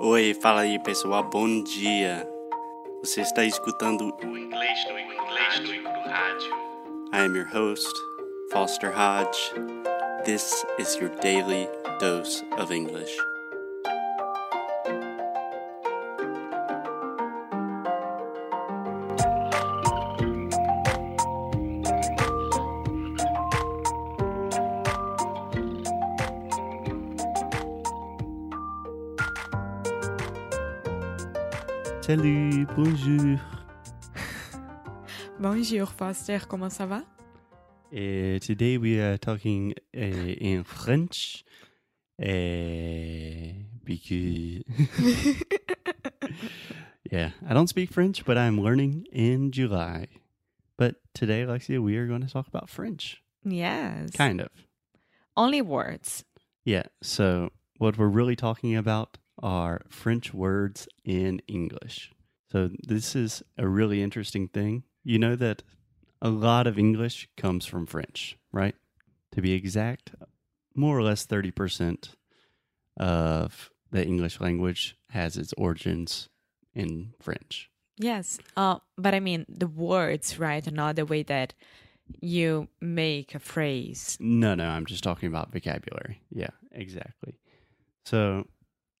Oi, fala aí pessoal, bom dia. Você está escutando O inglês no inglês no no rádio. I am your host, Foster Hodge. This is your daily dose of English. Salut, bonjour. Bonjour, Foster. Comment ça va? Uh, today we are talking uh, in French uh, because yeah, I don't speak French, but I'm learning in July. But today, Alexia, we are going to talk about French, Yes. kind of. Only words. Yeah. So what we're really talking about are French words in English. So this is a really interesting thing. You know that a lot of English comes from French, right? To be exact, more or less 30% of the English language has its origins in French. Yes. Uh, but I mean the words, right? Not the way that you make a phrase. No, no, I'm just talking about vocabulary. Yeah, exactly. So,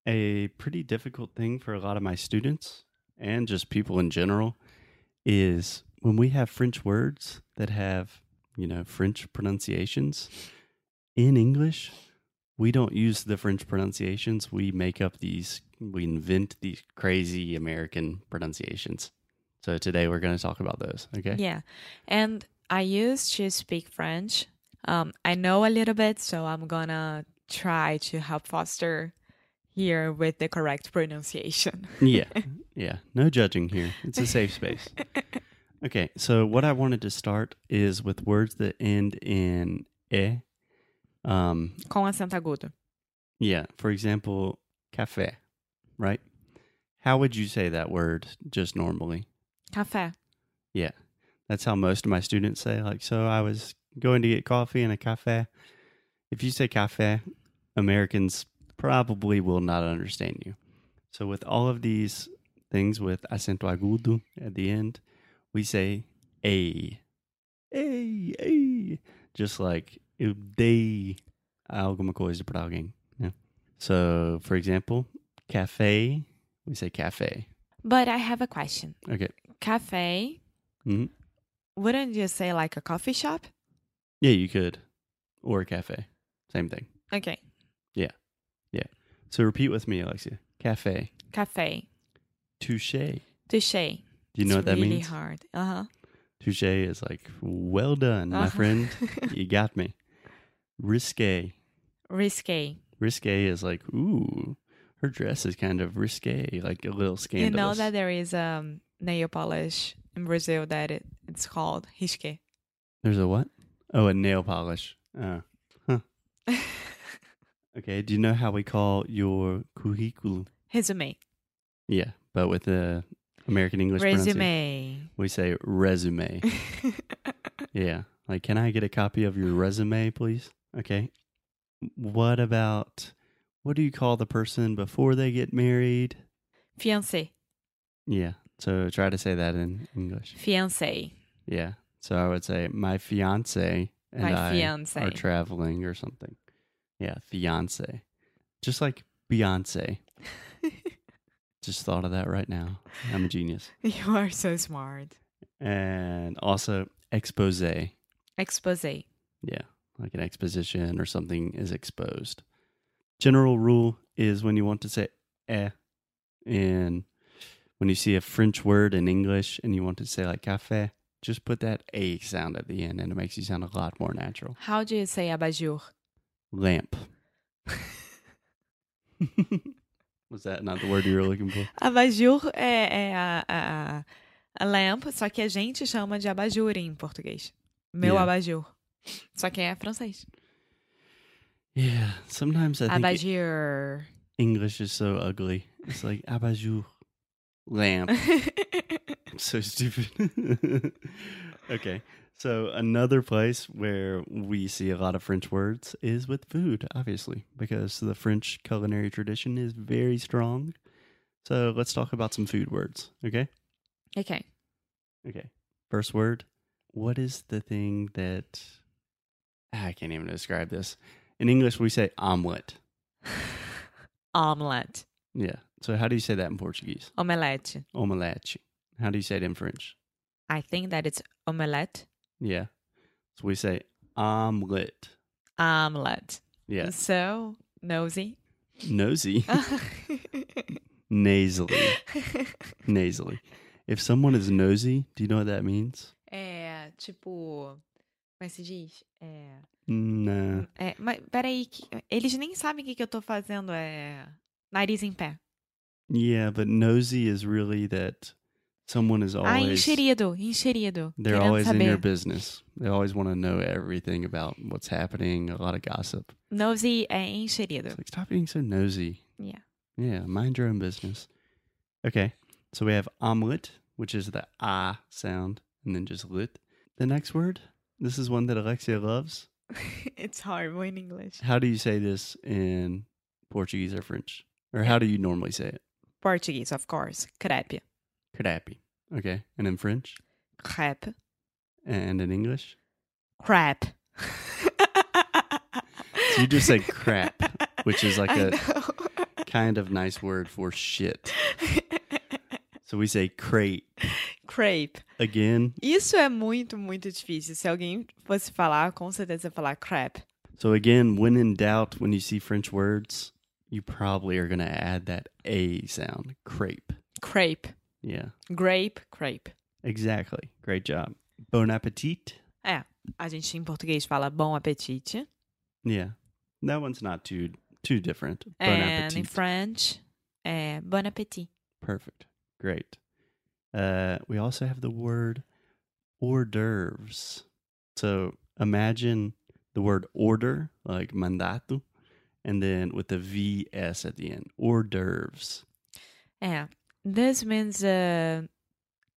a pretty difficult thing for a lot of my students and just people in general is when we have French words that have, you know, French pronunciations in English, we don't use the French pronunciations. We make up these, we invent these crazy American pronunciations. So, today we're going to talk about those. Okay. Yeah. And I used to speak French. Um, I know a little bit, so I'm gonna try to help Foster here with the correct pronunciation. yeah. Yeah. No judging here. It's a safe space. Okay. So, what I wanted to start is with words that end in e. Um, Com acento agudo. yeah. For example, cafe, right? How would you say that word just normally? Café. Yeah. That's how most of my students say, like, so I was going to get coffee in a cafe. If you say cafe, Americans probably will not understand you. So, with all of these things with acento agudo at the end, we say a, a, a, just like eu dei alguma coisa para alguém. Yeah. So, for example, cafe, we say cafe. But I have a question. Okay. Cafe. Mhm. Wouldn't you say like a coffee shop? Yeah, you could. Or a cafe. Same thing. Okay. So repeat with me, Alexia. Cafe. Cafe. Touche. Do Touche. you know what that really means? hard. Uh huh. Touche is like, well done, my Uh-huh. friend. you got me. Risque. Risque. Risque is like, ooh, her dress is kind of risque, like a little You scandalous. know that there is um nail polish in Brazil that it, it's called risque. There's a what? Oh, a nail polish. Oh. Huh. okay. Do you know how we call your curriculum? Resume. Yeah, but with the American English pronunciation, Resume. we say resume. Yeah. Like, can I get a copy of your resume, please? Okay. What about what do you call the person before they get married? Fiancé. Yeah. So try to say that in English. Fiancé. Yeah. So I would say my fiance and My I fiance. are traveling or something. Yeah, fiance. Just like Beyonce. Just thought of that right now. I'm a genius. You are so smart. And also expose. Exposé. Yeah, like an exposition or something is exposed. General rule is when you want to say eh in when you see a French word in English and you want to say like cafe, just put that a sound at the end and it makes you sound a lot more natural. How do you say abajur? Lamp. Was that not the word you were looking for? Abajur é, é a, a, a- a lamp, só que a gente chama de abajur em português. Meu Yeah. abajur. Só que é francês. Yeah, sometimes I think E Abajur. English is so ugly. It's like abajur, lamp. so stupid. okay. So another place where we see a lot of French words is with food, obviously, because the French culinary tradition is very strong. So let's talk about some food words, okay? Okay. Okay. First word. What is the thing that Ah, I can't even describe this. In English, we say omelet. Omelette. Yeah. So how do you say that in Portuguese? Omelette. Omelete. How do you say it in French? I think that it's omelette. Yeah. So we say omelet. Omelette. Yeah. So nosy. Nosy, nasally, nasally. If someone is nosy, do you know what that means? é, tipo. Como é que se diz? É. Nah. É, mas peraí, que- eles nem sabem o que, que eu tô fazendo. É. Nariz em pé. Yeah, but nosy is really that someone is Ah, always enxerido, enxerido. they're querendo always in saber. your business. They always want to know everything about what's happening, a lot of gossip. Nosy é It's enxerido. like stop being so nosy. Yeah. Yeah, mind your own business. Okay. So we have omelet, which is the ah sound, and then just lit. The next word, this is one that Alexia loves. It's horrible in English. How do you say this in Portuguese or French? Or how do you normally say it? Portuguese, of course. Crepe. Crepe. Okay. And in French? Crepe. And in English? Crap. you just said crap, which is like I a- know. Kind of nice word for shit. So we say crate. Crepe. Again, Isso é muito, muito difícil. Se alguém fosse falar, com certeza ia falar crepe. So again, when in doubt, when you see French words, you probably are going to add that a sound, crepe. Crepe. Yeah, Grape, crepe. exactly. Great job. Bon appetit. É, a gente em português fala bom apetite. Yeah, that one's not too too different. Bon And in appetit. É, French, é bon appetit. Perfect. Great. Uh, we also have the word hors d'oeuvres. So imagine the word order, like mandato, and then with the vs at the end, hors d'oeuvres. É, this means uh,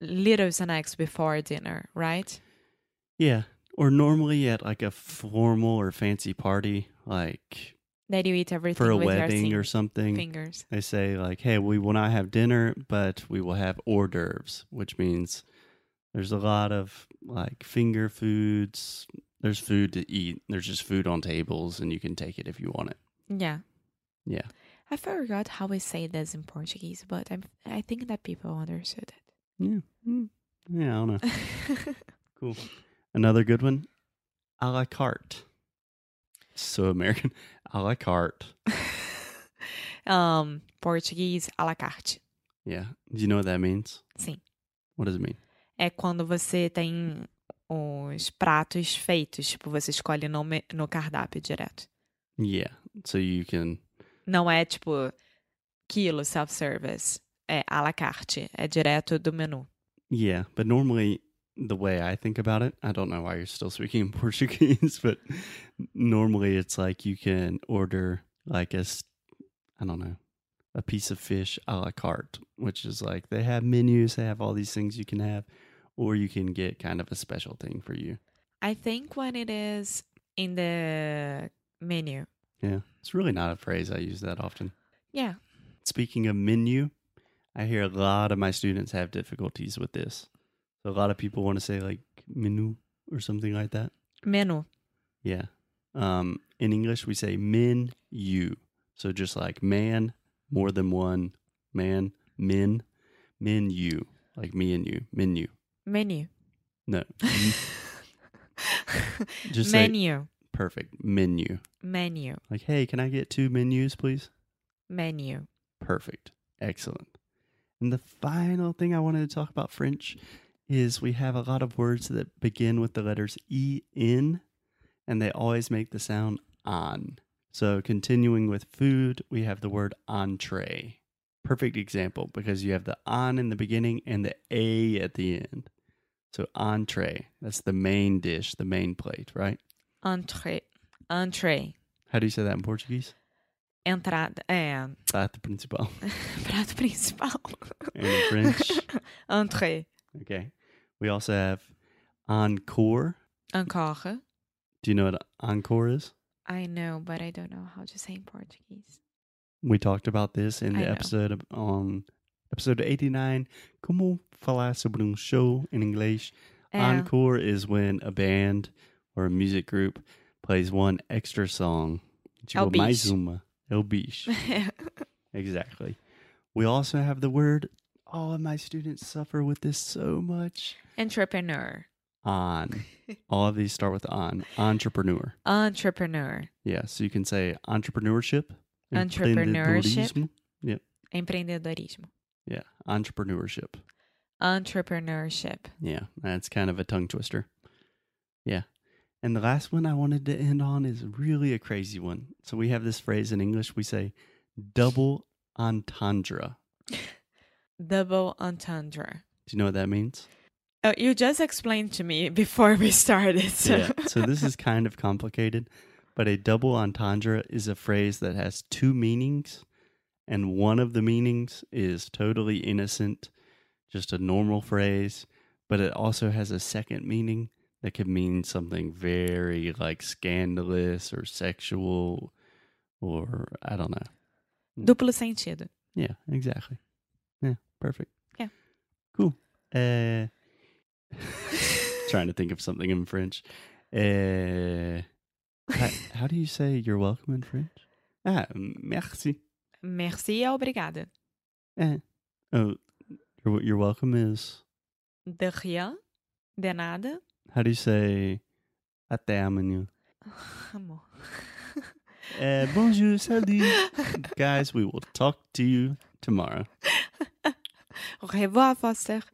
little snacks before dinner, right? Yeah. Or normally at like a formal or fancy party, like That you eat everything for a with your wedding sing- or something, fingers. they say like, "Hey, we will not have dinner, but we will have hors d'oeuvres," which means there's a lot of like finger foods. There's food to eat. There's just food on tables, and you can take it if you want it. Yeah. Yeah. I forgot how we say this in Portuguese, but I'm, I think that people understood Yeah. Mm. Yeah. I don't know. it. Cool. Another good one. A la carte. So American. A la carte. um, Portuguese à la carte. Yeah. Do you know what that means? Sim. What does it mean? É quando você tem os pratos feitos, tipo, você escolhe no, me- no cardápio direto. Yeah. So you can, Não é tipo quilo self-service. É à la carte. É direto do menu. yeah. But normally, the way I think about it, I don't know why you're still speaking in Portuguese, but normally it's like you can order like a, s- I don't know, a piece of fish a la carte, which is like they have menus, they have all these things you can have, or you can get kind of a special thing for you. I think when it is in the menu. Yeah. It's really not a phrase I use that often. Yeah. Speaking of menu, I hear a lot of my students have difficulties with this. So a lot of people want to say like menu or something like that. Menu. Yeah. Um, in English, we say men, you. So just like man, more than one, man, men, men, you. Like me and you, menu. Menu. No, m- Uhum. just say menu. perfect menu. Menu. Like, hey, can I get two menus, please? Menu. Perfect. Excellent. And the final thing I wanted to talk about French is we have a lot of words that begin with the letters E N and they always make the sound on. So continuing with food, we have the word entree. Perfect example because you have the on in the beginning and the a at the end. So entree, that's the main dish, the main plate, right? Entree. Entree. How do you say that in Portuguese? Entrada. É. Prato principal. Prato principal. And in É French? Entree. Okay. We also have encore. Encore. Do you know what encore is? I know, but I don't know how to say in Portuguese. We talked about this in I the know. episode on Episode 89, Como Falar sobre um Show in English. É. Encore is when a band or a music group plays one extra song. É o Tipo, mais bicho. uma. É o bicho. É. Exactly. We also have the word, all of my students suffer with this so much. Entrepreneur. On. all of these start with on. Entrepreneur. Entrepreneur. Yeah, so you can say entrepreneurship. Entrepreneurship. empreendedorismo. Empreendedorismo. Yeah, entrepreneurship. Entrepreneurship. Yeah, that's kind of a tongue twister. Yeah. And the last one I wanted to end on is really a crazy one. So we have this phrase in English we say double entendre. Double entendre. Do you know what that means? Oh, you just explained to me before we started. So. so this is kind of complicated, but a double entendre is a phrase that has two meanings, and one of the meanings is totally innocent, just a normal phrase, but it also has a second meaning that could mean something very like scandalous or sexual or I don't know. Duplo sentido. Yeah, exactly. Yeah, perfect. Yeah. Cool. Uh trying to think of something in French. Uh, how, how do you say you're welcome in French? Ah, merci. Merci e obrigada. Eh. Oh, you're, you're welcome is De rien. De nada. how do you say até amanhã? Amor. Uh, bonjour, salut. Guys, we will talk to you tomorrow. Au revoir, Foster.